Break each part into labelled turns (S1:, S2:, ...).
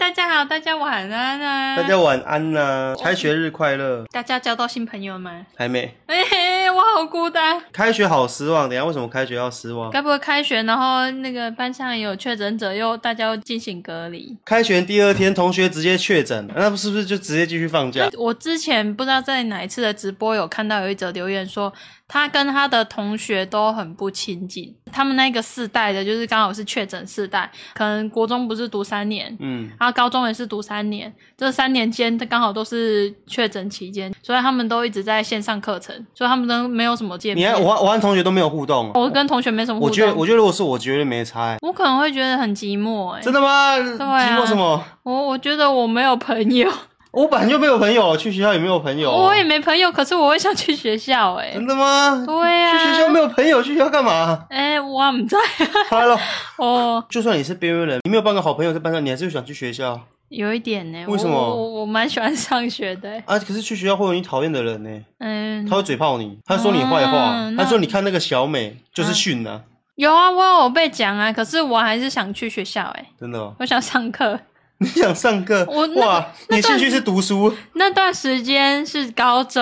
S1: 大家好，大家晚安啊！
S2: 大家晚安呐、开学日快乐！
S1: 大家交到新朋友吗？
S2: 还没
S1: 哎、我好孤单。
S2: 开学好失望，等一下为什么开学要失望？
S1: 该不会开学，然后那个班上也有确诊者，又大家又进行隔离？
S2: 开学第二天，同学直接确诊，那是不是就直接继续放假？
S1: 我之前不知道在哪一次的直播有看到有一则留言说，他跟他的同学都很不亲近。他们那个世代的，就是刚好是确诊世代，可能国中不是读三年，
S2: 嗯，
S1: 然后高中也是读三年，这三年间刚好都是确诊期间，所以他们都一直在线上课程，所以他们都没有什么见
S2: 你
S1: 面。
S2: 看我和我和同学都没有互动、哦，
S1: 我跟同学没什么互
S2: 我
S1: 动，
S2: 觉得我觉得如果是我绝对没差、欸，
S1: 我可能会觉得很寂寞、欸，
S2: 真的吗？
S1: 啊
S2: 寂寞什么？
S1: 我我觉得我没有朋友，
S2: 我本来就没有朋友，去学哦校也没有朋友、
S1: 我也没朋友，可是我会想去学校、欸，
S2: 真的吗？
S1: 对啊？
S2: 去学校没有朋友，去学校干嘛
S1: 哎、我唔在
S2: Hello，
S1: 哦，
S2: 就算你是边缘人，你没有半个好朋友在班上，你还是会想去学校
S1: 有一点呢、欸，
S2: 为什么
S1: 我我我蛮喜欢上学的、欸，
S2: 啊。可是去学校会有你讨厌的人呢、
S1: 嗯，
S2: 他会嘴炮你，他说你坏话，
S1: 嗯那
S2: 他说你看那个小美就是训啊，
S1: 有啊，我有被讲啊，可是我还是想去学校、欸，哎，
S2: 真的、哦。
S1: 我想上课。
S2: 你想上课？
S1: 我那
S2: 哇，
S1: 那
S2: 你
S1: 段
S2: 兴趣是读书，
S1: 那段时间是高中，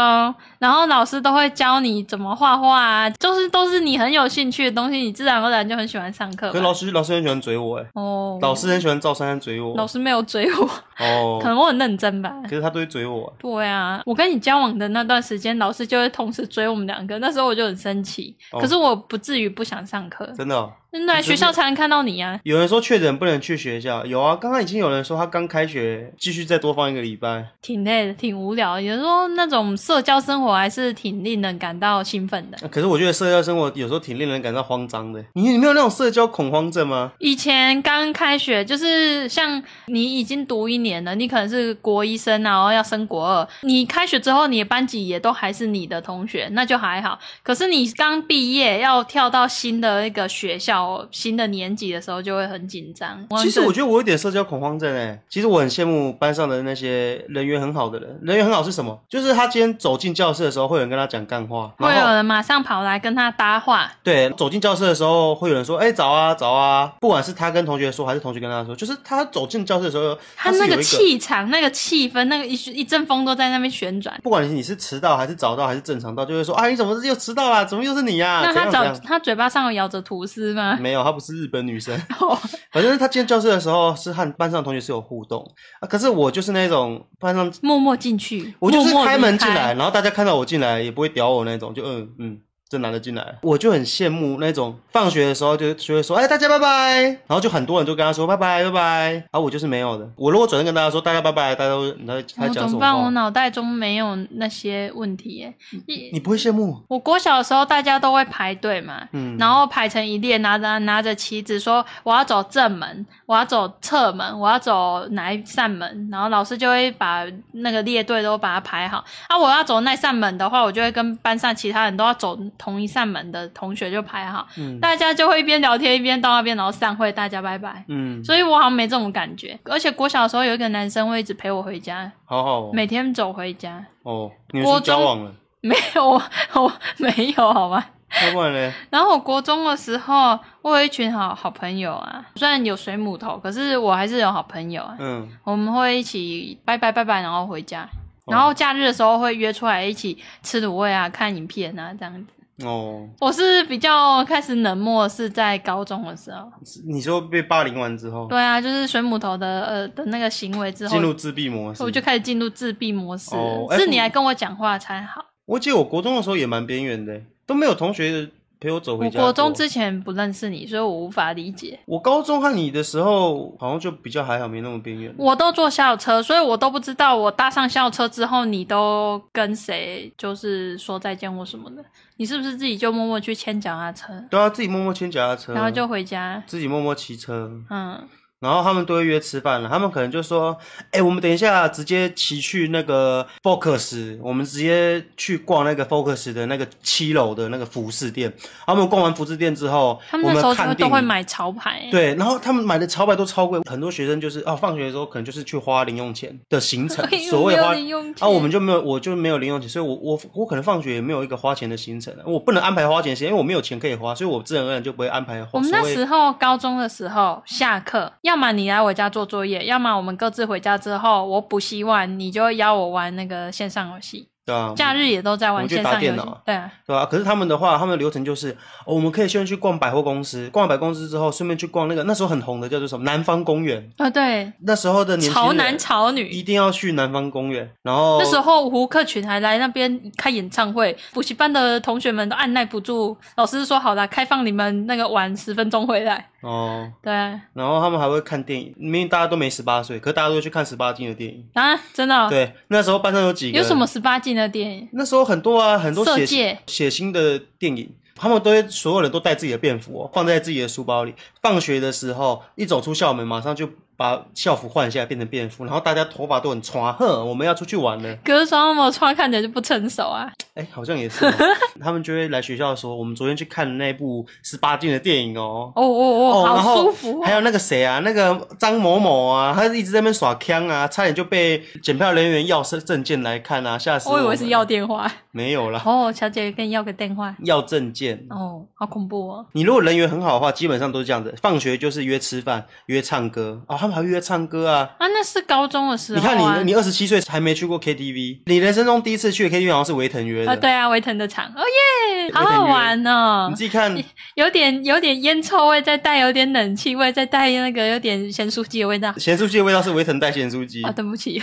S1: 然后老师都会教你怎么画画啊，就是都是你很有兴趣的东西，你自然而然就很喜欢上课
S2: 可
S1: 吧
S2: 是。老师老师很喜欢嘴我哎，
S1: 哦，
S2: 老师很喜欢赵珊珊嘴我
S1: 老师没有追我，
S2: 哦
S1: 可，能我很认真吧。
S2: 可是他都会嘴我欸，
S1: 对啊，我跟你交往的那段时间，老师就会同时追我们两个，那时候我就很生气，
S2: 哦
S1: 可是我不至于不想上课，
S2: 真
S1: 真的
S2: 的哦。
S1: 啊
S2: 你真的
S1: 学校才能看到你啊。
S2: 有人说确诊不能去学校，有啊，刚刚已经有人说他刚开学，继续再多放一个礼拜，啊
S1: 挺累的，挺无聊的。有时候那种社交生活还是挺令人感到兴奋的。
S2: 啊可是我觉得社交生活有时候挺令人感到慌张的。你你没有那种社交恐慌症吗？
S1: 以前刚开学，就是像你已经读一年了，你可能是国一生，啊然后要升国二。你开学之后，你的班级也都还是你的同学，那就还好。可是你刚毕业要跳到新的一个学校、新的年级的时候，就会很紧张。
S2: 其实我觉得我有点社交恐慌症哎。其实我很羡慕班上的那些人缘很好的人。人缘很好是什么？就是他今天走进教室的时候，会有人跟他讲干话，
S1: 会啊
S2: 然
S1: 有
S2: 后
S1: 人马上跑来跟他搭话，
S2: 对走进教室的时候，会有人说：“哎、早啊，早啊！”不管是他跟同学说，还是同学跟他说，就是他走进教室的时候，
S1: 他
S2: 是有
S1: 那
S2: 一
S1: 个
S2: 个。
S1: 气场、那个气氛、那个一一阵风都在那边旋转。
S2: 不管你是迟到还是早到还是正常到，就会说啊你怎么又迟到啦？怎么又是你呀、
S1: 那
S2: 啊怎
S1: 他
S2: 样怎嗯
S1: 早
S2: 样？
S1: 他嘴巴上有咬着吐司 吗？
S2: 没有，她不是日本女生。
S1: 哦
S2: 反正她进教室的时候是和班上同学是有互动啊。可是我就是那种班上
S1: 默默进去，
S2: 我就是
S1: 默默
S2: 开
S1: 离
S2: 门进来，然后大家看到我进来也不会屌我那种，就嗯嗯，这男的进来，我就很羡慕那种放学的时候就就会说，哎，大家拜拜，然后就很多人就跟他说拜拜拜拜，然后我就是没有的，我如果转身跟大家说大家拜拜，大家都你知道他
S1: 我
S2: 在讲
S1: 怎
S2: 什
S1: 么
S2: 么
S1: 办？我
S2: 话？
S1: 脑袋中没有那些问题耶。一
S2: 你不会羡慕？
S1: 我国小的时候，大家都会排队嘛，
S2: 嗯
S1: 然后排成一列，拿着拿着旗子说我要走正门，我要走侧门，我要走哪一扇门，然后老师就会把那个列队都把它排好。啊，我要走那扇门的话，我就会跟班上其他人都要走同一扇门的同学就排好，
S2: 嗯
S1: 大家就会一边聊天一边到那边，然后散会，大家拜拜。
S2: 嗯，
S1: 所以我好像没这种感觉，而且国小的时候有一个男生会一直陪我回家，
S2: 好好哦，
S1: 每天走回家。
S2: 哦你们
S1: 国
S2: 是
S1: 中
S2: 交往了，
S1: 没有，我 我没有好吗？
S2: 要不然呢？
S1: 然后我国中的时候，我有一群好好朋友啊，虽然有水母头，可是我还是有好朋友啊。
S2: 嗯，
S1: 我们会一起拜拜拜拜，然后回家，
S2: 哦
S1: 然后假日的时候会约出来一起吃卤味啊、看影片啊这样子。
S2: 哦，
S1: 我是比较开始冷漠是在高中的时候，
S2: 你说被霸凌完之后，
S1: 对啊，就是水母头的呃的那个行为之后
S2: 进，入自闭模式，
S1: 我就开始进入自闭模式了，
S2: 哦
S1: 是
S2: 哎
S1: 你来跟我讲话才好。
S2: 我记得我国中的时候也蛮边缘的，都没有同学陪我走回
S1: 我
S2: 家。
S1: 国中，之前不认识你，所以我无法理解。
S2: 我高中和你的时候好像就比较还好，没那么边缘。
S1: 我都坐校车，所以我都不知道我搭上校车之后，你都跟谁就是说再见或什么的。你是不是自己就默默去牵脚踏车，
S2: 对啊，自己默默牵脚踏车，
S1: 然后就回家？
S2: 自己默默骑车，
S1: 嗯，
S2: 然后他们都会约吃饭了。他们可能就说：“哎、我们等一下直接骑去那个 Focus，我们直接去逛那个 Focus 的那个七楼的那个服饰店。”然后我们逛完服饰店之后，
S1: 他们那时
S2: 我
S1: 候
S2: 看
S1: 就
S2: 电
S1: 都
S2: 影
S1: 会买潮牌、欸，
S2: 对，然后他们买的潮牌都超贵，很多学生就是哦，放学的时候可能就是去花零用钱的 行程
S1: 因为，
S2: 所谓
S1: 哎没有
S2: 花
S1: 零用钱
S2: 啊，我们就没有，我就没有零用钱，所以我我我可能放学也没有一个花钱的行程啊，我不能安排花钱的时间，因为我没有钱可以花，所以我自然而然就不会安排花。
S1: 我们那
S2: 所谓
S1: 时候高中的时候下课，要么你来我家做作业，要么我们各自回家之后，我补习完你就邀我玩那个线上游戏，
S2: 对啊，
S1: 假日也都在
S2: 我
S1: 玩
S2: 们去
S1: 线
S2: 打
S1: 上游
S2: 电
S1: 戏
S2: 脑啊。
S1: 对啊，
S2: 对啊，可是他们的话，他们的流程就是，哦、我们可以先去逛百货公司，逛完百货公司之后，顺便去逛那个那时候很红的叫做什么南方公园。
S1: 啊对，
S2: 那时候的年轻
S1: 潮
S2: 人哦
S1: 男潮
S2: 一
S1: 女。
S2: 定要去南方公园，然后
S1: 那时候胡克群还来那边开演唱会，补习班的同学们都按耐不住，老师说好啦，开放你们那个玩十分钟回来。
S2: 哦，
S1: 对啊，
S2: 然后他们还会看电影，明明大家都没十八岁，可大家都会去看十八禁的电影。
S1: 啊真的哦、
S2: 对，那时候班上有几个
S1: 有什么十八禁的电影？
S2: 那时候很多啊，很多
S1: 色
S2: 血
S1: 戒
S2: 血腥的电影，他们都会所有人都带自己的便服哦，放在自己的书包里。放学的时候，一走出校门，马上就把校服换下来，变成便服，然后大家头发都很长，哼，我们要出去玩了。
S1: 隔双毛穿看起来就不成熟啊。
S2: 哎，好像 也是哦、他们就会来学校说，我们昨天去看那部十八禁的电影哦。
S1: 哦哦哦，
S2: 然
S1: 好
S2: 后
S1: 舒服、
S2: 还
S1: 哦。
S2: 有那个谁啊，那个张某某啊，他一直在那边耍枪啊，差点就被检票人员要身证件来看啊，吓死
S1: 我以为
S2: 们
S1: 是要电话。
S2: 没有啦，
S1: 哦，小姐跟你要个电话。
S2: 要证件。
S1: 哦，好恐怖哦。
S2: 你如果人缘很好的话，基本上都是这样子。放学就是约吃饭、约唱歌啊、他们还约唱歌啊。
S1: 啊，那是高中的时
S2: 你
S1: 候、啊。
S2: 看你，你二十七岁还没去过 KTV，你人生中第一次去的 KTV 好像是维腾约的。
S1: 啊，对啊，维腾的场，哦耶，好
S2: 维腾
S1: 好
S2: 约
S1: 玩哦
S2: 你。自己看，
S1: 有点有点烟臭味，再带有点冷气味，再带那个有点咸酥鸡的味道。
S2: 咸酥鸡的味道是维腾带咸酥鸡。
S1: 啊，对不起。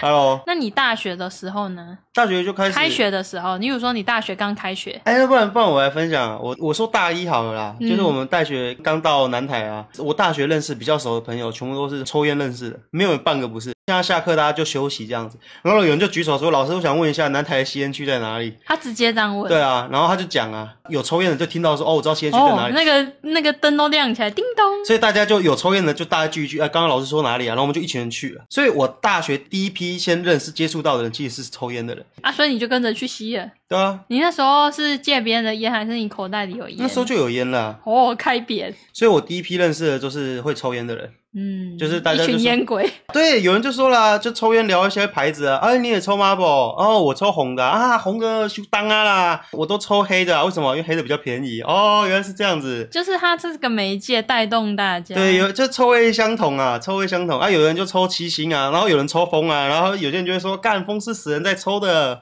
S2: Hello，
S1: 那你大学的时候呢？
S2: 大学就开始
S1: 开。学的时候，你比如说你大学刚开学，
S2: 哎，要不然不然我来分享啊，我我说大一好了啦，
S1: 嗯
S2: 就是我们大学刚到南台啊，我大学认识比较熟的朋友，全部都是抽烟认识的，没有半个不是。现在下课大家就休息这样子，然后有人就举手说：“老师，我想问一下南台的吸烟区在哪里？”
S1: 他直接这样问。
S2: 对啊，然后他就讲啊，有抽烟的就听到说，哦，我知道吸烟区在哪
S1: 哦，
S2: 里，
S1: 那个那个灯都亮起来，叮咚。
S2: 所以大家就有抽烟的就大家聚一聚，哎，刚刚老师说哪里啊，然后我们就一群人去了。所以我大学第一批先认识接触到的人其实是抽烟的人，
S1: 啊，所以你就跟着去吸了。
S2: 对啊，
S1: 你那时候是借别人的烟，还是你口袋里有烟？
S2: 那时候就有烟了，
S1: 哦，开扁，
S2: 所以我第一批认识的就是会抽烟的人。
S1: 嗯，
S2: 就是大家
S1: 一
S2: 就
S1: 群
S2: 是
S1: 烟鬼，
S2: 对，有人就说啦，就抽烟聊一些牌子啊，哎，你也抽 Marble，哦，我抽红的啊，红的就当啊啦，我都抽黑的啊，为什么？因为黑的比较便宜哦，原来是这样子。
S1: 就是它这个媒介带动大家。
S2: 对，有就臭味相同啊，臭味相同啊，有人就抽七星啊，然后有人抽风啊，然后有些人就会说干风是死人在抽的，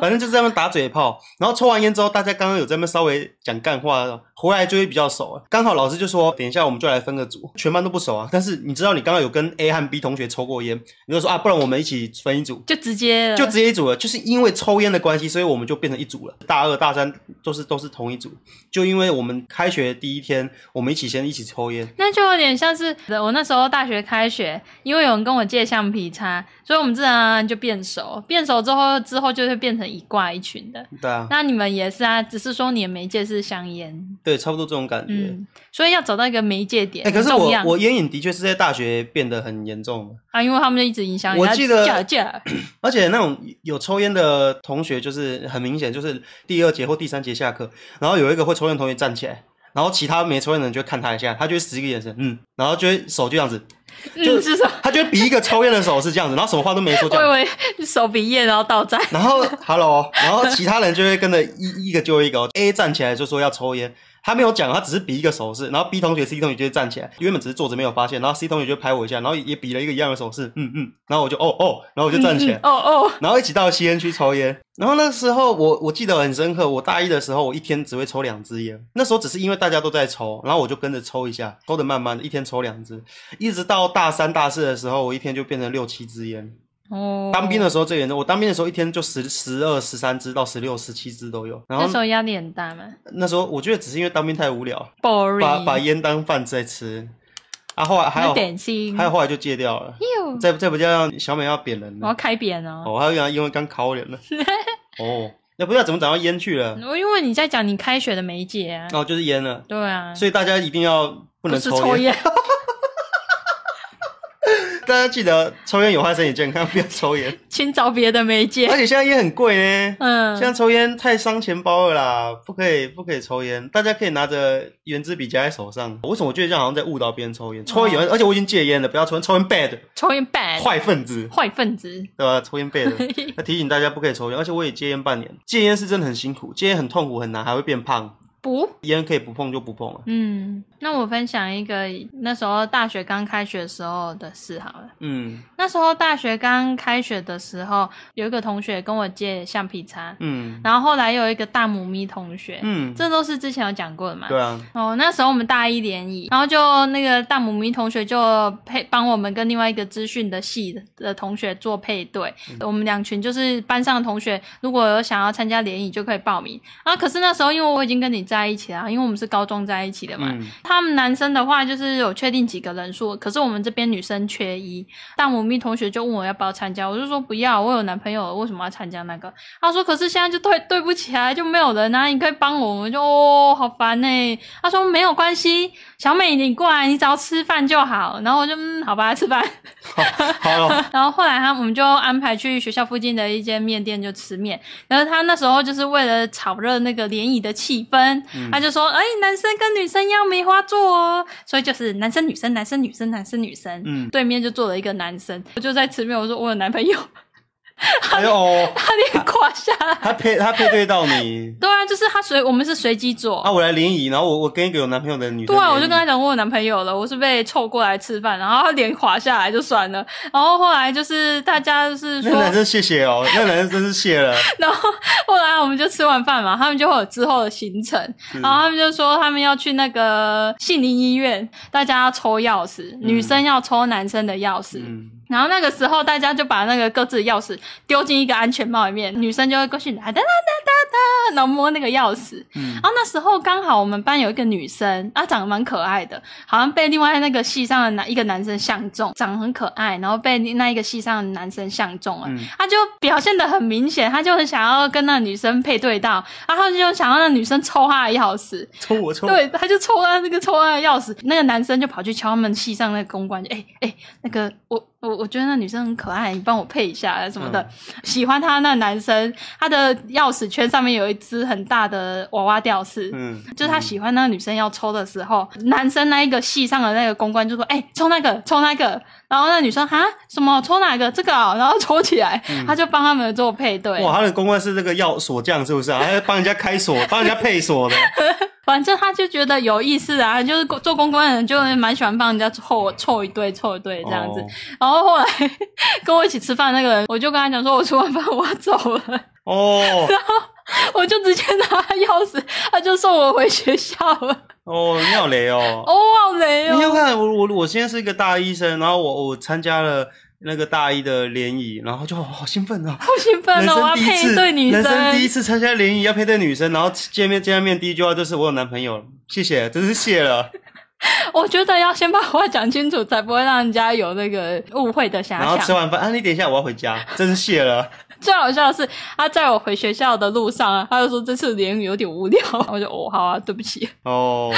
S2: 反正就在那边打嘴炮。然后抽完烟之后，大家刚刚有在那边稍微讲干话，回来就会比较熟了。刚好老师就说，等一下我们就来分个组，全班都不熟啊，但是你知道你刚刚有跟 A 和 B 同学抽过烟，你就说啊，不然我们一起分一组。
S1: 就直接了
S2: 就直接一组了，就是因为抽烟的关系，所以我们就变成一组了。大二、大三都是都是同一组，就因为我们开学第一天，我们一起先一起抽烟，
S1: 那就有点像是我那时候大学开学，因为有人跟我借橡皮擦，所以我们自然而然就变熟。变熟之后，之后就会变成一挂一群的。
S2: 对啊。
S1: 那你们也是啊，只是说你的媒介是香烟，
S2: 对，差不多这种感觉。
S1: 嗯，所以要找到一个媒介点。
S2: 哎、可是
S1: 很重
S2: 我
S1: 要
S2: 我烟瘾的确是在大学变得很严重，
S1: 啊，因为他们就一直影响你，
S2: 我
S1: 啊
S2: 记得
S1: 借啊借啊
S2: 而且那种有抽烟的同学，就是很明显，就是第二节或第三节下课，然后有一个会抽烟的同学站起来，然后其他没抽烟的人就会看他一下，他就会使一个眼神，嗯，然后就会手就这样子，
S1: 嗯，是什么？
S2: 他就会比一个抽烟的手势这样子，然后什么话都没说这
S1: 我
S2: 样
S1: 以。为手比耶，然后倒栽。
S2: 然后 hello，然后其他人就会跟着一一个揪一个哦。A 站起来就说要抽烟，他没有讲，他只是比一个手势。然后 B 同学、C 同学就会站起来，原本只是坐着没有发现，然后 C 同学就拍我一下，然后也比了一个一样的手势，嗯嗯。然后我就哦哦，然后我就 站起来，
S1: 嗯嗯哦哦，
S2: 然后一起到吸烟区抽烟。然后那时候我我记得很深刻，我大一的时候我一天只会抽两支烟，那时候只是因为大家都在抽，然后我就跟着抽一下，抽的慢慢的，一天抽两支，一直到大三大四的时候，我一天就变成六七支烟。
S1: 哦，
S2: 当兵的时候最严重，我当兵的时候一天就十十二、十三支到十六、十七支都有。然
S1: 那时
S2: 后
S1: 候压力很大嘛
S2: 那时候我觉得只是因为当兵太无聊，
S1: ，boring，
S2: 把把烟当饭在吃。啊，后来还
S1: 那
S2: 有
S1: 点心，
S2: 还有后来就戒掉了，
S1: 哟，
S2: 再再不加上小美要扁人
S1: 我
S2: 了
S1: 要，开扁哦。
S2: 哦，还有因为刚烤 脸了，哦，那不知道怎么讲到烟去了，
S1: 我因为你在讲你开学的媒介啊，
S2: 哦，就是烟了，
S1: 对啊，
S2: 所以大家一定要不
S1: 不
S2: 能
S1: 是
S2: 抽
S1: 抽
S2: 烟，
S1: 烟，
S2: 大家记得抽烟有害身体健康，不要抽 烟，
S1: 请找别的媒介
S2: 而。且现在烟很贵呢，
S1: 嗯
S2: 现，在抽烟太伤钱包了啦，不可以不可以抽烟，大家可以拿着圆珠笔夹在手上。为什么我觉得这样好像在误导别人抽烟？
S1: 哦
S2: 抽烟有，而且我已经戒烟了，不要抽烟，抽烟 bad
S1: 抽烟 bad，
S2: 坏分子，
S1: 坏分子。
S2: 对吧？抽 烟 bad，那提醒大家不可以抽烟，而且我也戒烟半年，戒烟是真的很辛苦，戒烟很痛苦很难，还会变胖。
S1: 不，
S2: 烟可以不碰就不碰了。
S1: 嗯，那我分享一个那时候大学刚开学的时候的事好了。
S2: 嗯
S1: 那时候大学刚开学的时候，有一个同学跟我借橡皮擦，
S2: 嗯
S1: 然后后来又有一个大母咪同学，
S2: 嗯，
S1: 哎这都是之前有讲过的嘛。
S2: 对啊，
S1: 哦，那时候我们大一联谊，然后就那个大母咪同学就配帮我们跟另外一个资讯的系的的同学做配对，我们两群就是班上的同学，如果有想要参加联谊就可以报名。啊，可是那时候因为我已经跟你在一起了，因为我们是高中在一起的嘛，
S2: 嗯
S1: 他们男生的话就是有确定几个人数，可是我们这边女生缺一。大母咪同学就问我要不要参加，我就说不要，我有男朋友了，为什么要参加那个？他说可是现在就对对不起啊，就没有人啊，你可以帮我，我就哦好烦呢、他说没有关系，小美你过来，你只要吃饭就好。然后我就嗯好吧，吃饭。
S2: 好了，
S1: 然后后来他我们就安排去学校附近的一间面店就吃面，然后他那时候就是为了炒热那个联谊的气氛，
S2: 嗯
S1: 他就说：“哎、男生跟女生要梅花座哦。”所以就是男生女生男生女生男生女生，
S2: 嗯
S1: 对面就坐了一个男生，我就在吃面，我说我有男朋友，
S2: 哎呦，
S1: 他脸垮下来。
S2: 他配他配对到你
S1: 对啊，就是他随我们是随机坐。
S2: 啊，我来联谊，然后我我跟一个有男朋友的女生
S1: 对
S2: 联谊，
S1: 啊，我就跟他讲我有男朋友了，我是被凑过来吃饭，然后他脸垮下来就算了。然后后来就是大家就是说，
S2: 那个男生谢谢哦，那个男生真是谢 了，
S1: 然后后来我们就吃完饭嘛，他们就会有之后的行程，
S2: 嗯
S1: 然后他们就说他们要去那个杏林医院，大家要抽钥匙，女生要抽男生的钥匙。
S2: 嗯，
S1: 然后那个时候，大家就把那个各自的钥匙丢进一个安全帽里面，女生就会过去哒哒哒哒哒，然后摸那个钥匙。
S2: 嗯
S1: 然后那时候刚好我们班有一个女生，她长得蛮可爱的，好像被另外那个系上的男一个男生相中，长得很可爱，然后被那一个系上的男生相中了。
S2: 嗯
S1: 他就表现的很明显，他就很想要跟那女生配对到，然后他就想要那女生抽他的钥匙，
S2: 抽我抽我，
S1: 对，他就抽他那个抽他的钥匙，那个男生就跑去敲他们系上那个公关，就哎哎、那个我我我觉得那女生很可爱，你帮我配一下啊什么的。喜欢他那男生，他的钥匙圈上面有一只很大的娃娃吊饰。
S2: 嗯，
S1: 就是他喜欢那个女生要抽的时候，男生那一个系上的那个公关就说：“哎、抽那个，抽那个。”然后那女生哈什么抽哪个这个、哦，然后抽起来，他就帮他们做配对。
S2: 哇，他的公关是这个要锁匠是不是啊？还帮人家开锁，帮人家配 锁的，
S1: 反正他就觉得有意思啊，就是做公关的人就蛮喜欢帮人家凑凑一堆凑一堆这样子。
S2: 哦
S1: 然后后来 跟我一起吃饭那个人，我就跟他讲说，我吃完饭我要走了，
S2: 哦
S1: 我就直接拿他钥匙，他就送我回学校了。
S2: 哦，你好雷哦，
S1: 哦，好雷
S2: 你要
S1: 哦！
S2: 看我我我现在是一个大医生，然后我我参加了那个大一的联谊，然后就好好兴 奋啊！
S1: 好兴奋
S2: 人
S1: 哦！我
S2: 生
S1: 要
S2: 第一
S1: 配
S2: 次，
S1: 一对女
S2: 人生第
S1: 生，
S2: 一次参加联谊要配对女生，然后见面见到面第一句话就是我有男朋友了，谢谢，真是 谢了。
S1: 我觉得要先把话讲清楚，才不会让人家有那个误会的遐
S2: 然后吃
S1: 想。
S2: 完饭，啊，你等一下我要回家，真是谢了。
S1: 最好笑的是，他载我回学校的路上啊，他就说这次联谊有点无聊， 我就哦好啊，对不起。
S2: 哦，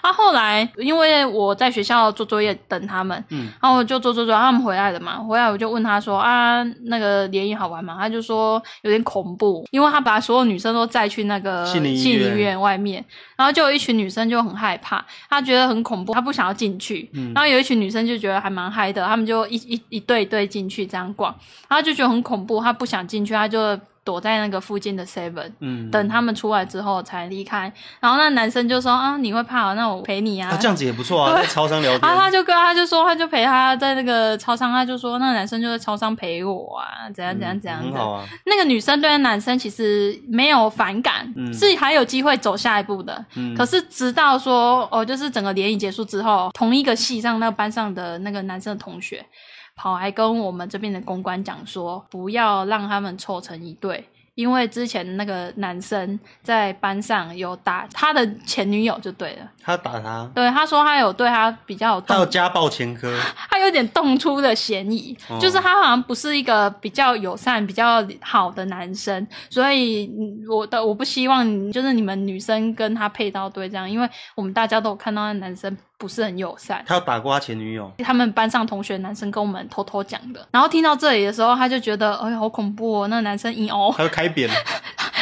S1: 啊，后来因为我在学校做作业等他们，
S2: 嗯
S1: 然后我就做做做，他们回来了嘛，回来我就问他说啊，那个联谊好玩吗？他就说有点恐怖，因为他把所有女生都载去那个
S2: 杏林医
S1: 杏
S2: 院
S1: 林医院外面，然后就有一群女生就很害怕，她觉得很恐怖，她不想要进去。
S2: 嗯
S1: 然后有一群女生就觉得还蛮嗨的，她们就一一一对一对进去这样逛，然后就觉得很恐怖，她不想进去，她就躲在那个附近的 Seven。
S2: 嗯，
S1: 等他们出来之后才离开。然后那男生就说：“啊，你会怕哦，那我陪你啊。
S2: 啊，这样子也不错啊，在超商聊
S1: 然后他
S2: 天，
S1: 就跟他就说，他就陪他在那个超商，他就说那个男生就在超商陪我啊，怎样怎样怎样
S2: 嗯很
S1: 的。
S2: 好啊。
S1: 那个女生对那男生其实没有反感，
S2: 嗯
S1: 是还有机会走下一步的。
S2: 嗯，
S1: 可是直到说哦，就是整个联谊结束之后，同一个系上那个班上的那个男生的同学，跑来跟我们这边的公关讲说，不要让他们凑成一对。因为之前那个男生在班上有打他的前女友就对了，
S2: 他打他，
S1: 对他说他有对他比较有
S2: 他
S1: 动
S2: 有家暴前科，
S1: 他有点动粗的嫌疑，
S2: 哦
S1: 就是他好像不是一个比较友善、比较好的男生，所以嗯我的我不希望你就是你们女生跟他配到对这样，因为我们大家都有看到那男生不是很友善。
S2: 他有打过他前女友。
S1: 他们班上同学男生跟我们偷偷讲的，然后听到这里的时候，他就觉得哎呦好恐怖哦，那男生硬哦，
S2: 他会开扁啊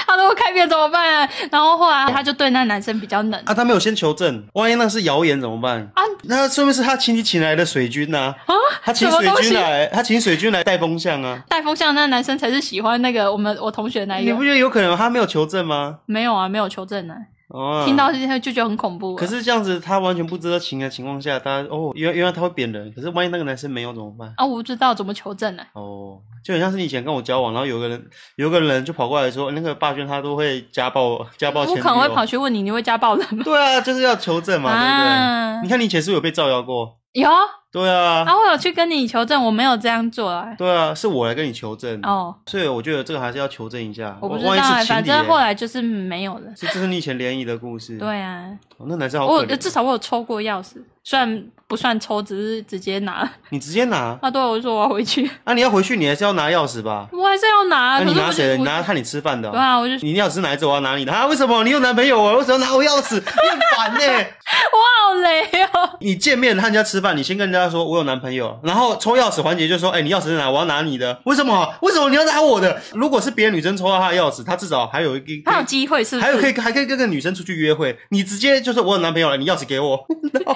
S1: 他如果开变怎么办？然后后来他就对那男生比较冷
S2: 啊！他没有先求证，万一那是谣言怎么办
S1: 啊？
S2: 那说明是他亲戚请来的水军呐、
S1: 啊，
S2: 他请
S1: 什么
S2: 水
S1: 东西
S2: 军来，他请水军来带风向啊！
S1: 带风向的那男生才是喜欢那个我们我同学那一
S2: 你
S1: 个
S2: 不，觉得有可能他没有求证吗？
S1: 没有啊，没有求证呢、
S2: 哦
S1: 听到这些就觉得很恐怖了。啊
S2: 可是这样子，他完全不知道情的情况下，他哦，原来原来他会扁人，可是万一那个男生没有怎么办？
S1: 啊，我不知道怎么求证呢、
S2: 哦，就很像是你以前跟我交往，然后有个人有个人就跑过来说，哎那个霸轩他都会家暴家暴前
S1: 我
S2: 女
S1: 可能会
S2: 友
S1: 跑去问你，你会家暴人吗？
S2: 对啊，就是要求证嘛，对
S1: 啊
S2: 不对？你看你以前是不是有被造谣过？
S1: 有啊，
S2: 对啊，
S1: 我有去跟你求证，我没有这样做啊。
S2: 对啊，是我来跟你求证，
S1: 哦，
S2: 所以我觉得这个还是要求证一下。
S1: 我不知道
S2: 嗯万一
S1: 啊、
S2: 是情
S1: 反
S2: 敌
S1: 正
S2: 耶
S1: 后来就是没有了。
S2: 这这是你以前联谊的故事。
S1: 对啊，
S2: 哦，那男生好
S1: 我
S2: 可
S1: 有至
S2: 怜，
S1: 少我有抽过钥匙，虽然不算抽，只是直接拿。
S2: 你直接拿，
S1: 啊，对，我就说我要回去，
S2: 啊，你要回去你还是要拿钥匙吧？
S1: 我还是要拿。啊可
S2: 那你
S1: 是我
S2: 拿
S1: 就
S2: 谁的？你
S1: 我
S2: 拿看你吃饭的
S1: 对
S2: 哦。
S1: 啊，我就
S2: 你钥匙拿一次，我要拿你的啊！为什么你有男朋友啊？为什么要拿我钥匙？ 你很烦欸呢、
S1: 我好雷 哦。
S2: 你见面和人家吃饭，你先跟人家说我有男朋友，然后抽钥匙环节就说，哎、你钥匙在哪？我要拿你的。为什么？为什么你要拿我的？如果是别的女生抽到她的钥匙，她至少还有 一个，
S1: 他有机会是不是？
S2: 还有可以还可以跟个女生出去约会。你直接就说我有男朋友了，你钥匙给我。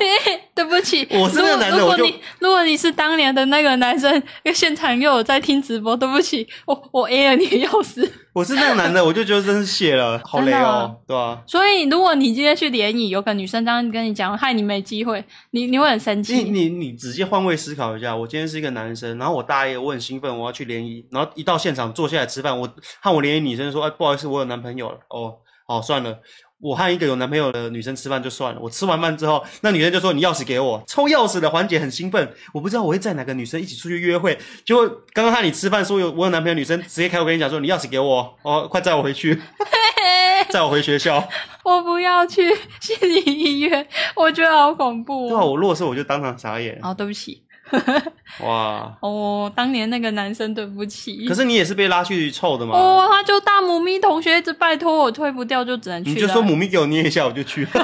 S1: 对不起，
S2: 我是那个男的
S1: 如果
S2: 我
S1: 如
S2: 就
S1: 果你如果你是当年的那个男生，现场又有在听直播，对不起，我我 A 了你的钥匙。
S2: 我是那个男的，我就觉得真是谢了，好雷
S1: 真的啊
S2: 哦，对吧、啊？
S1: 所以，如果你今天去联谊，有个女生这样跟你讲，害你没机会，你你会很生
S2: 你
S1: 气。
S2: 你你直接换位思考一下，我今天是一个男生，然后我大一，我很兴奋，我要去联谊，然后一到现场坐下来吃饭，我和我联谊女生说，哎，不好意思，我有男朋友了，哦，好算了，我和一个有男朋友的女生吃饭就算了，我吃完饭之后，那女生就说你钥匙给我，抽钥匙的环节很兴奋，我不知道我会载哪个女生一起出去约会，结果刚刚和你吃饭说有我有男朋友的女生直接开口跟你讲说你钥匙给我，哦，快载我回去，载我回学校，
S1: 我不要去心理医院， 我觉得好恐怖
S2: 对啊，
S1: 哦。
S2: 我落啊色我就当场傻眼，
S1: 哦，对不起，
S2: 哇。
S1: 哦，当年那个男生，对不起。
S2: 可是你也是被拉去凑的嘛？
S1: 哦，他就大母咪同学一直拜托我，推不掉就只能去
S2: 你
S1: 了。
S2: 就说母咪给我捏一下，我就去。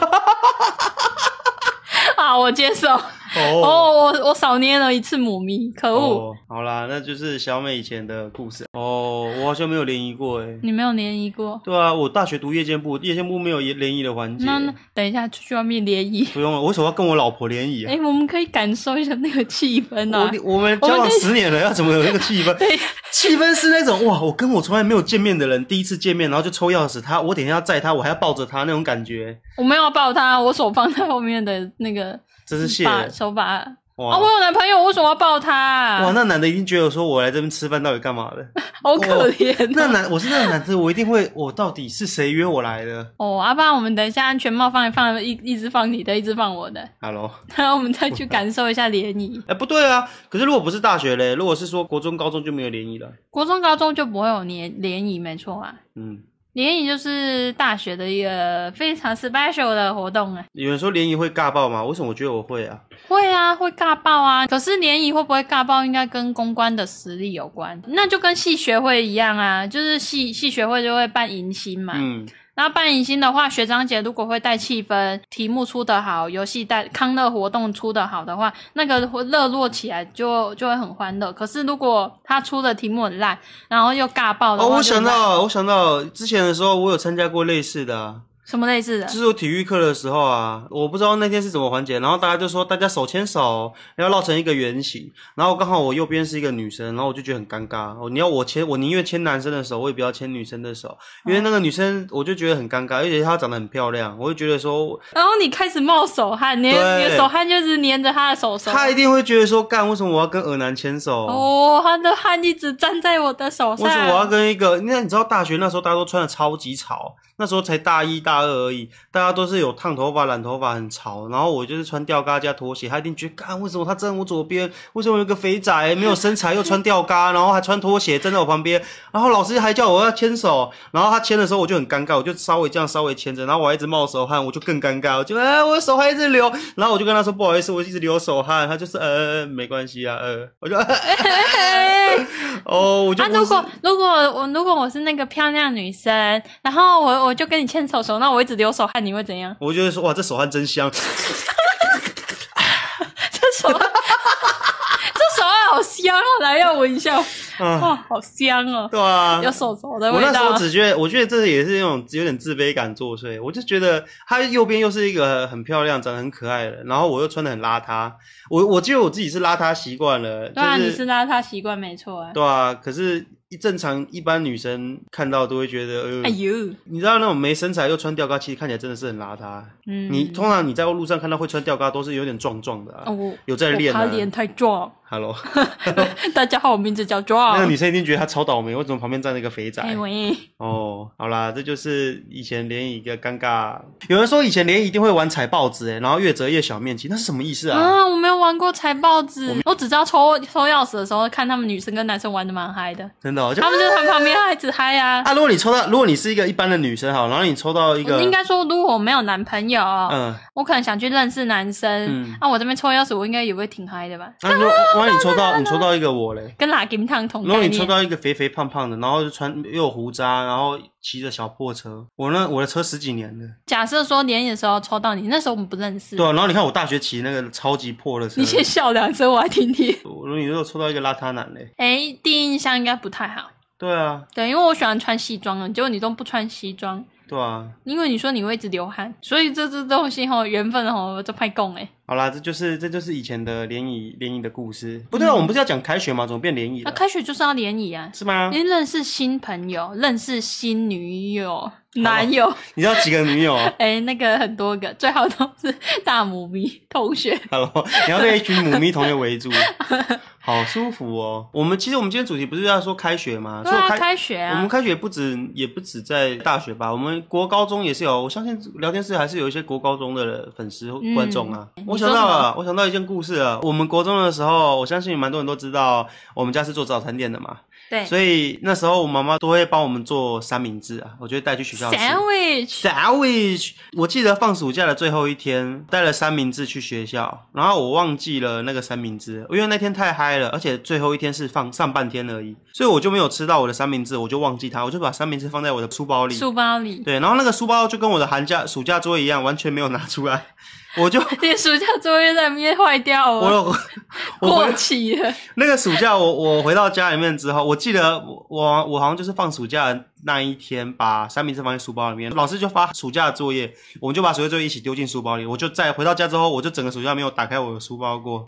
S1: 啊，我接受。哦，
S2: 哦
S1: 我我少捏了一次母咪，可恶！
S2: 哦，好啦，那就是小美以前的故事。哦，我好像没有联谊过哎。
S1: 你没有联谊过？
S2: 对啊，我大学读夜间部，夜间部没有联谊的环节。
S1: 那那等一下出去外面联谊，
S2: 不用了，我为什么要跟我老婆联谊
S1: 哎、
S2: 啊？
S1: 我们可以感受一下那个气氛啊。
S2: 我我们交往十年了，要怎么哦有那个气氛？
S1: 对，
S2: 气氛是那种哇，我跟我从来没有见面的人第一次见面，然后就抽钥匙，他我等一下要载他，我还要抱着他那种感觉，
S1: 我没有抱他，我手放在后面的那个
S2: 真是谢
S1: 把
S2: 了
S1: 手把。啊、
S2: 哇
S1: 我有男朋友，我为什么要抱他、啊？
S2: 哇！那男的一定觉得说我来这边吃饭到底干嘛 的？
S1: 好可怜、
S2: 那
S1: 啊。
S2: 男，我是那个男生，我一定会，我到底是谁约我来的
S1: 哦，阿、啊、爸，我们等一下安全帽放一放，一一直放你的，一直放我的，
S2: ？Hello，
S1: 然后我们再去感受一下联谊。
S2: 哎、不对啊，可是如果不是大学嘞，如果是说国中、高中就没有联谊了。
S1: 国中、高中就不会有联联谊，没错啊。
S2: 嗯，
S1: 联谊就是大学的一个非常 special 的活动啊，
S2: 有人说联谊会尬爆吗？为什么我觉得我会啊？
S1: 会啊，会尬爆啊。可是联谊会不会尬爆，应该跟公关的实力有关。那就跟系学会一样啊，就是系系学会就会办迎新嘛。
S2: 嗯，
S1: 那办迎新的话，学长姐如果会带气氛，题目出得好，游戏带康乐活动出得好的话，那个会热络起来就就会很欢乐。可是如果他出的题目很烂，然后又尬爆的话
S2: 哦，我
S1: 就
S2: 想
S1: 很烂
S2: 到，我想到之前的时候，我有参加过类似的、啊，
S1: 什么类似的
S2: 就，是我体育课的时候啊，我不知道那天是怎么环节，然后大家就说大家手牵手，要绕成一个圆形，然后刚好我右边是一个女生，然后我就觉得很尴尬。哦，你要我牵，我宁愿牵男生的手，我也不要牵女生的手，因
S1: 哦
S2: 为那个女生我就觉得很尴尬，而且她长得很漂亮，我就觉得说
S1: 然后你开始冒手汗，你的
S2: 对
S1: 你的手汗就是粘着他的手手。
S2: 她一定会觉得说干，为什么我要跟俄男牵手？
S1: 哦，他的汗一直粘在我的手上。
S2: 为什么我要跟一个？那你知道大学那时候大家都穿的超级潮，那时候才大一大二而已，大家都是有烫头发、染头发，很潮。然后我就是穿吊嘎加拖鞋，他一定觉得，干为什么他站在我左边？为什么有个肥宅没有身材又穿吊嘎，然后还穿拖鞋站在我旁边？然后老师还叫我要牵手，然后他牵的时候我就很尴尬，我就稍微这样稍微牵着，然后我还一直冒手汗，我就更尴尬，我就哎我手还一直流，然后我就跟他说不好意思，我一直流手汗，他就是呃没关系啊，呃，我就
S1: 哎
S2: 哦我就
S1: 啊，
S2: 不是
S1: 如果如果我如果我是那个漂亮女生，然后我我就跟你牵手手，那我一直流手汗，你会怎
S2: ？
S1: 样
S2: 我就会说哇，这手汗真香，
S1: 这手，这手汗好香哦，来要闻一下，
S2: 啊，
S1: 哇，好香哦，
S2: 对啊
S1: 有。手手的
S2: 我
S1: 味
S2: 那时
S1: 道
S2: 候。只觉得，我觉得这也是那种有点自卑感作祟。我就觉得她右边又是一个很漂亮、长得很可爱的，然后我又穿的很邋遢。我我记得我自己是邋遢习惯了，
S1: 对啊，
S2: 就
S1: 你是邋遢习惯没错啊。
S2: 对啊。可是一正常一般女生看到都会觉得，呃、
S1: 哎呦，
S2: 你知道那种没身材又穿吊嘎，其实看起来真的是很邋遢。
S1: 嗯，
S2: 你通常你在路上看到会穿吊嘎，都是有点壮壮的、啊。
S1: 哦我
S2: 有在
S1: 我
S2: 练
S1: 怕
S2: 啊
S1: 脸太壮。
S2: Hello，
S1: 大家好，我名字叫
S2: 那个
S1: John。
S2: 女生一定觉得她超倒霉，为什么旁边站了一个肥仔？
S1: 哎喂，
S2: 哦，好啦，这就是以前联谊一个尴尬。有人说以前联谊一定会玩踩报纸，哎，然后越折越小面积，那是什么意思啊？
S1: 啊，我没有玩过踩报纸，我只知道抽抽钥匙的时候看他们女生跟男生玩的蛮嗨 的，
S2: 真的、哦，就
S1: 他们就在旁边还一直嗨啊。
S2: 啊，如果你抽到，如果你是一个一般的女生好，然后你抽到一
S1: 我
S2: 个，
S1: 应该说，如果我没有男朋友，
S2: 嗯，
S1: 我可能想去认识男生
S2: 嗯，
S1: 那、我这边抽钥匙，我应该也会挺嗨的吧？
S2: 那如果万一你抽到你抽到一个我嘞，
S1: 跟拉金汤同
S2: 如果
S1: 概
S2: 你抽
S1: 念。
S2: 到一个肥肥胖胖的，然后就穿又有胡渣，然后骑着小破车，我那我的车十几年了，
S1: 假设说联谊的时候抽到你，那时候我们不认识，
S2: 对啊，然后你看我大学骑那个超级破的车
S1: 你，先笑两声，我来听听。
S2: 我如果你如果抽到一个邋遢男嘞，
S1: 哎、第一印象应该不太好，
S2: 对啊，
S1: 对，因为我喜欢穿西装的，结果你都不穿西装，
S2: 对啊，
S1: 因为你说你会一直流汗，所以这这东西吼，缘分吼，这派供哎。
S2: 好啦，这就是这就是以前的联谊联谊的故事。不对啊，我们不是要讲开学吗？怎么变联谊
S1: 那、啊
S2: 了？
S1: 开学就是要联谊啊，
S2: 是吗？
S1: 因为认识新朋友，认识新女友、
S2: 啊
S1: 男友，
S2: 你知道几个女友
S1: 哎、那个很多个，最后都是大母咪同学。
S2: ？Hello，你 要被一群母咪同 学围住，好舒服哦。我们其实我们今天主题不是要说开学吗？
S1: 对
S2: 说
S1: 啊，
S2: 开。
S1: 开学
S2: 我们
S1: 啊，
S2: 开学不止，也不止在大学吧，我们国高中也是有。我相信聊天室还是有一些国高中的粉丝
S1: 嗯
S2: 观众啊。我
S1: 你
S2: 想
S1: 说
S2: 到
S1: 什么
S2: 了，我想到一件故事啊。我们国中的时候，我相信蛮多人都知道，我们家是做早餐店的嘛。
S1: 对
S2: 所以那时候我妈妈都会帮我们做三明治啊，我就会带去学校吃。
S1: ，sandwich，
S2: Sandwich，我记得放暑假的最后一天，带了三明治去学校，然后我忘记了那个三明治，因为那天太嗨了，而且最后一天是放上半天而已，所以我就没有吃到我的三明治，我就忘记它，我就把三明治放在我的书包里。
S1: 书包里。
S2: 对，然后那个书包就跟我的寒假、暑假作业一样，完全没有拿出来，我就
S1: 你暑假作业在里面坏掉
S2: 我
S1: 了，
S2: 有我
S1: 过
S2: 回
S1: 期了。
S2: 那个暑假我， 我回到家里面之后，我记得我我我好像就是放暑假的那一天，把三明治放在书包里面，老师就发暑假的作业，我们就把暑假作业一起丢进书包里。我就在回到家之后，我就整个暑假没有打开我的书 包过。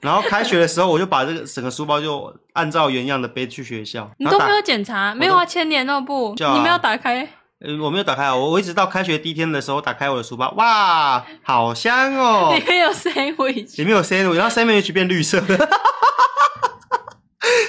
S2: 然后开学的时候，我就把这个整个书包就按照原样的背去学校。
S1: 你
S2: 然
S1: 都
S2: 后打
S1: 没有检查，没有啊，千年诺布，
S2: 叫啊
S1: 你没有打开，
S2: 呃，我没有打开啊，我我一直到开学第一天的时候打开我的书包，哇，好 香哦！
S1: 里面有 sandwich，
S2: 里面有 sandwich，然后 sandwich 变绿色的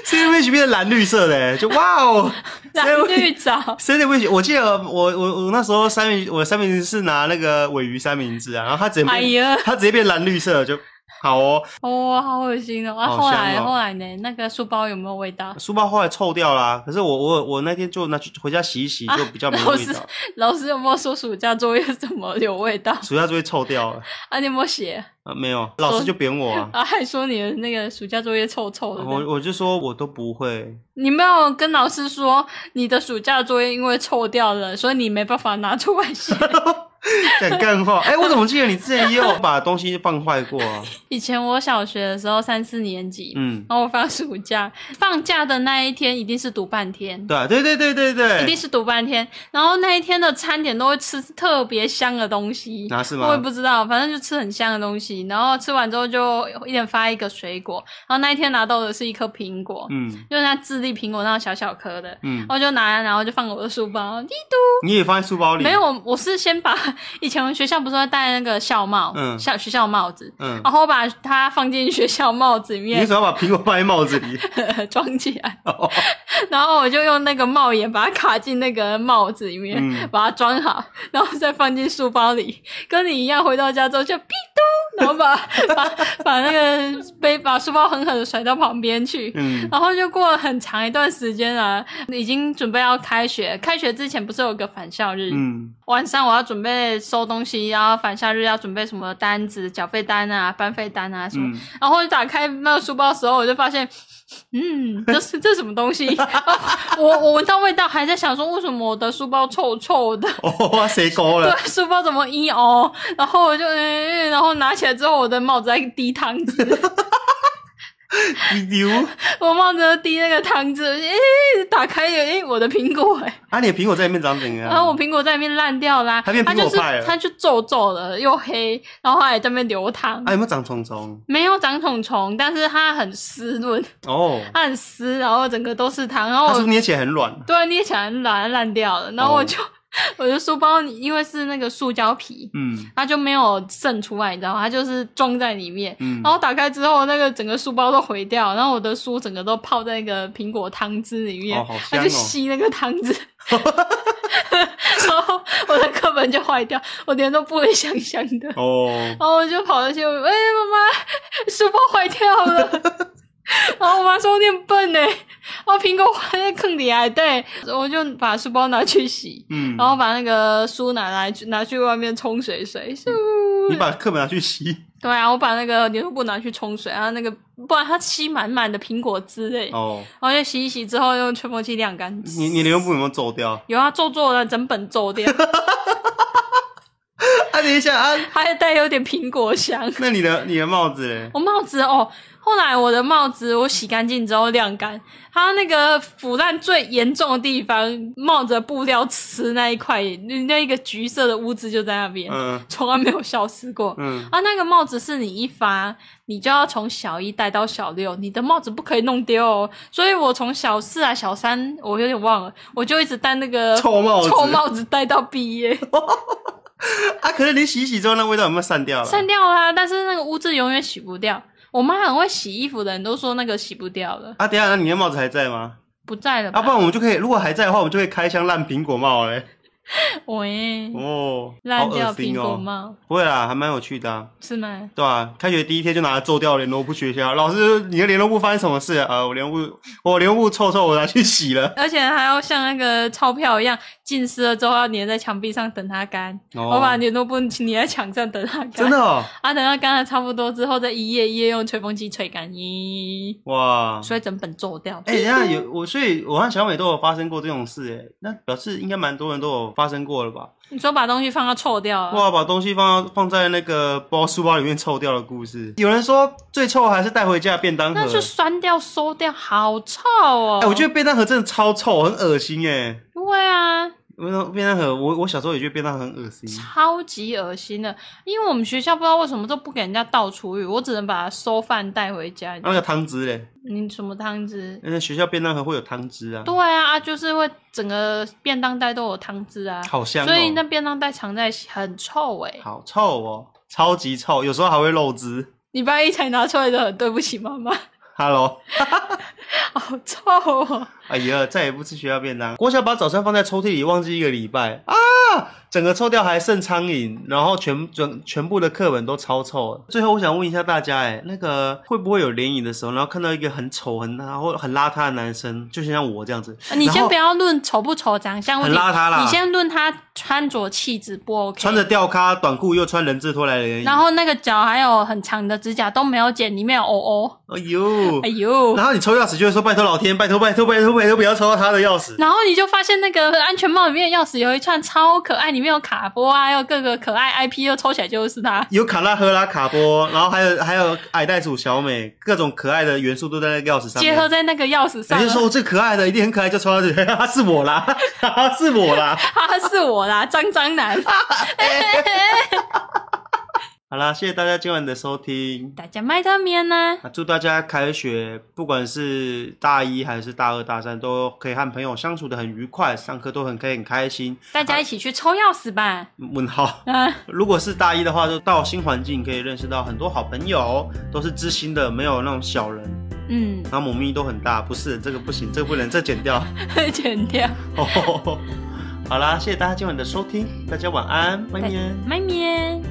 S2: ，sandwich 变蓝绿色的欸，就哇哦
S1: 蓝绿藻，
S2: ！sandwich，我记得我我我那时候三明我的三明治是拿那个尾鱼三明治啊，然后它直接
S1: 哎
S2: 变、
S1: 呀，
S2: 它直接变蓝绿色的就好哦。
S1: 哦，好恶心哦！啊，
S2: 好
S1: 后来
S2: 香哦
S1: 后来呢？那个书包有没有味道？
S2: 书包后来臭掉啦，可是我我我那天就拿去回家洗一洗，就比较没味道。
S1: 啊老师有没有说暑假作业怎么有味道？
S2: 暑假就会臭掉了
S1: 啊，你有没有写？
S2: 啊，没有老师就扁 我啊，
S1: 啊，还说你的那个暑假作业臭臭的。
S2: 我我就说我都不会，
S1: 你没有跟老师说你的暑假作业因为臭掉了，所以你没办法拿出来写。
S2: 讲干话。哎、我怎么记得你之前也有把东西放坏过啊？
S1: 以前我小学的时候，三四年级，
S2: 嗯，
S1: 然后我放暑假，放假的那一天一定是读半天。
S2: 对啊对对对对
S1: 一定
S2: 对，
S1: 是读半天，然后那一天的餐点都会吃特别香的东西，
S2: 啊是吗
S1: 我也不知道，反正就吃很香的东西。然后吃完之后就一人发一个水果，然后那一天拿到的是一颗苹果，
S2: 嗯
S1: 就是那智利苹果那种小小颗的，
S2: 嗯
S1: 然，后就拿，然后就放我的书包。滴
S2: 你也放在书包里？
S1: 没有，，我是先把以前学校不是会戴那个校帽，
S2: 嗯
S1: 校学校帽子。
S2: 嗯，
S1: 然后我把它放进学校帽子里
S2: 你为
S1: 面
S2: 什么要把苹果放在帽 子里？
S1: 装起 来，
S2: 哦
S1: 然后我就用那个帽檐把它卡进那个帽子里面，
S2: 嗯
S1: 把它装好，然后再放进书包里，跟你一样回到家之后就哔嘟，然后把 把把那个背把书包狠狠的甩到旁边去。
S2: 嗯，
S1: 然后就过了很长一段时间了，已经准备要开学。开学之前不是有个返校日？
S2: 嗯，
S1: 晚上我要准备收东西，然后返校日要准备什么单子、缴费单啊、班费单啊什么。
S2: 嗯
S1: 然后我打开那个书包的时候，我就发现， 嗯，这是这是什么东西？ 我我闻到味道，还在想说为什么我的书包臭臭的。
S2: 哦，谁 勾
S1: 对
S2: 了？，
S1: 书包怎么一哦？嗯然后我就嗯，嗯然后拿起来之后，我的帽子在滴汤汁，
S2: 你丢
S1: 我冒着滴那个汤汁，诶、打开了，诶、我的苹果、诶
S2: 啊！你的苹果在里面长怎样？
S1: 然啊后我苹果在里面烂掉啦、
S2: 嗯它变
S1: 它
S2: 苹
S1: 就
S2: 果
S1: 是
S2: 派了
S1: 它就皱皱的，又黑，然后它还在那边流汤，
S2: 啊，有没有长虫虫？
S1: 没有长虫虫，但是它很湿润，
S2: 哦，
S1: 它很湿，然后整个都是汤，然后
S2: 它
S1: 我
S2: 是哦不是捏起来很软？
S1: 对，捏起来烂烂掉了，然后我就、我的书包因为是那个塑胶皮，
S2: 嗯
S1: 它就没有渗出来，你知道吗？它就是装在里面。
S2: 嗯
S1: 然，后打开之后，那个整个书包都毁掉，然后我的书整个都泡在那个苹果汤汁里面，
S2: 哦好
S1: 它
S2: 香哦
S1: 就吸那个汤汁，然后我的课本就坏掉，我脸都不会香香的，
S2: 哦，
S1: 然后我就跑到去，哎、妈妈，书包坏掉了。然后我妈说我有点笨呢，然后苹果坏在坑里来，对，我就把书包拿去洗，
S2: 嗯，
S1: 然后把那个书拿来拿去外面冲水水，咻
S2: 你把课本拿 去洗。
S1: 对啊，我把那个牛布拿去冲水，然后那个不然它吸满满的苹果汁哎、
S2: 哦，
S1: 然后就洗一洗之后用吹风机晾干。
S2: 你你的用布有没有皱掉？
S1: 有啊，皱皱的，整本皱掉，
S2: 啊，等一下啊，
S1: 还带有点苹果香。
S2: 那你的你的帽子嘞？
S1: 我帽子哦，后来我的帽子我洗干净之后晾干，它那个腐烂最严重的地方，冒着布料吃那一块，那一个橘色的污渍就在那边，
S2: 嗯
S1: 从来没有消失过。
S2: 嗯，
S1: 啊，那个帽子是你一发，你就要从小一戴到小六，你的帽子不可以弄丢哦。所以我从小四啊、小三，我有点忘了，我就一直戴那个
S2: 臭帽子。
S1: 臭帽子戴到毕 业，
S2: 啊，可是你洗一洗之后，那味道有没有散掉了？
S1: 散掉啦。但是那个污渍永远洗不掉。我妈很会洗衣服的人都说那个洗不掉了，
S2: 啊，等一下，那你的帽子还在吗？
S1: 不在了吧
S2: 啊，？不然我们就可以，如果还在的话，我们就可以开箱烂苹果帽嘞。
S1: 喂，
S2: 哦，
S1: 嗯
S2: 好
S1: 烂掉
S2: 恶
S1: 苹
S2: 心
S1: 果
S2: 哦。
S1: 帽、
S2: 不会啦，还蛮有趣的、啊，
S1: 是吗？
S2: 对吧、开学第一天就拿来揍掉联络部学校，老师，你的联络部发生什么事啊？呃我联络部，我联络部臭臭，我拿去洗了。
S1: 而且还要像那个钞票一样，浸湿了之后要粘在墙壁上等它干。
S2: 哦
S1: 我把联络簿粘在墙上等它干。
S2: 真 的哦，
S1: 啊，等到干了差不多之后，再一页一页用吹风机吹干，咦，
S2: 哇！
S1: 所以整本皱掉。
S2: 哎、等一下有我，所以我和小美都有发生过这种事，哎，那表示应该蛮多人都有发生过了吧？
S1: 你说把东西放到臭掉啊？
S2: 哇，把东西放到放在那个包书包里面臭掉的故事，有人说最臭还是带回家的便当盒，
S1: 那就酸掉、馊掉，好臭哦！
S2: 哎、我觉得便当盒真的超臭，很恶心哎。
S1: 对啊，
S2: 我说便当盒，我我小时候也觉得便当盒很恶心。啊
S1: 超级恶心的。因为我们学校不知道为什么都不给人家倒厨余，我只能把馊饭带回家。
S2: 那个汤汁嘞，
S1: 你什么汤汁？
S2: 那学校便当盒会有汤汁啊，
S1: 对啊，啊就是会整个便当袋都有汤汁啊，
S2: 好香、哦，
S1: 所以那便当袋藏在一起很臭哎、
S2: 好臭哦，超级臭，有时候还会漏汁。
S1: 礼拜一才拿出来的，很对不起妈妈，
S2: Hello，
S1: 好臭哦。
S2: 哎呀，再也不吃学校便当。国小把早餐放在抽屉里，忘记一个礼拜啊，整个臭掉还剩苍蝇，然后全整全部的课本都超臭的。最后我想问一下大家，哎，那个会不会有联谊的时候，然后看到一个很丑、很然后很邋遢的男生，就像我这样子，
S1: 啊你
S2: 然
S1: 先
S2: 后
S1: 不要论丑不丑、长相问题，
S2: 很邋遢啦
S1: 你先论他穿着气质不 OK，
S2: 穿着吊咖短裤又穿人字拖来的联谊，
S1: 然后那个脚还有很长的指甲都没有剪，里面有欧欧，
S2: 哎呦
S1: 哎，呦，
S2: 然后你抽钥匙就会说拜托老天，拜托拜托拜托拜托不要抽到他的钥匙。
S1: 然后你就发现那个安全帽里面的钥匙有一串超可爱，里面有卡波啊，还有各个可爱 IP，又抽起来就是它。
S2: 有卡拉、赫拉、卡波，然后还有还有矮袋鼠、小美，各种可爱的元素都在那个钥匙上面。
S1: 结合在那个钥匙上
S2: 你就说
S1: 了，
S2: 我最可爱的，一定很可爱，就抽到这里，哈哈是我啦，哈哈是我啦。
S1: 他是我啦，张张 男。
S2: 好啦，谢谢大家今晚的收听。
S1: 大家麦当面呢？
S2: 啊祝大家开学，不管是大一还是大二、大三，都可以和朋友相处的很愉快，上课都很可以很开心。
S1: 大家一起去抽钥匙吧。
S2: 问号。
S1: 啊，
S2: 如果是大一的话，就到新环境可以认识到很多好朋友，都是知心的，没有那种小人，
S1: 嗯，
S2: 然后母咪都很大。不是这个不行，这个不能，这剪掉。哦
S1: 剪掉。
S2: 好啦，谢谢大家今晚的收听，大家晚安，拜年。
S1: 麦面。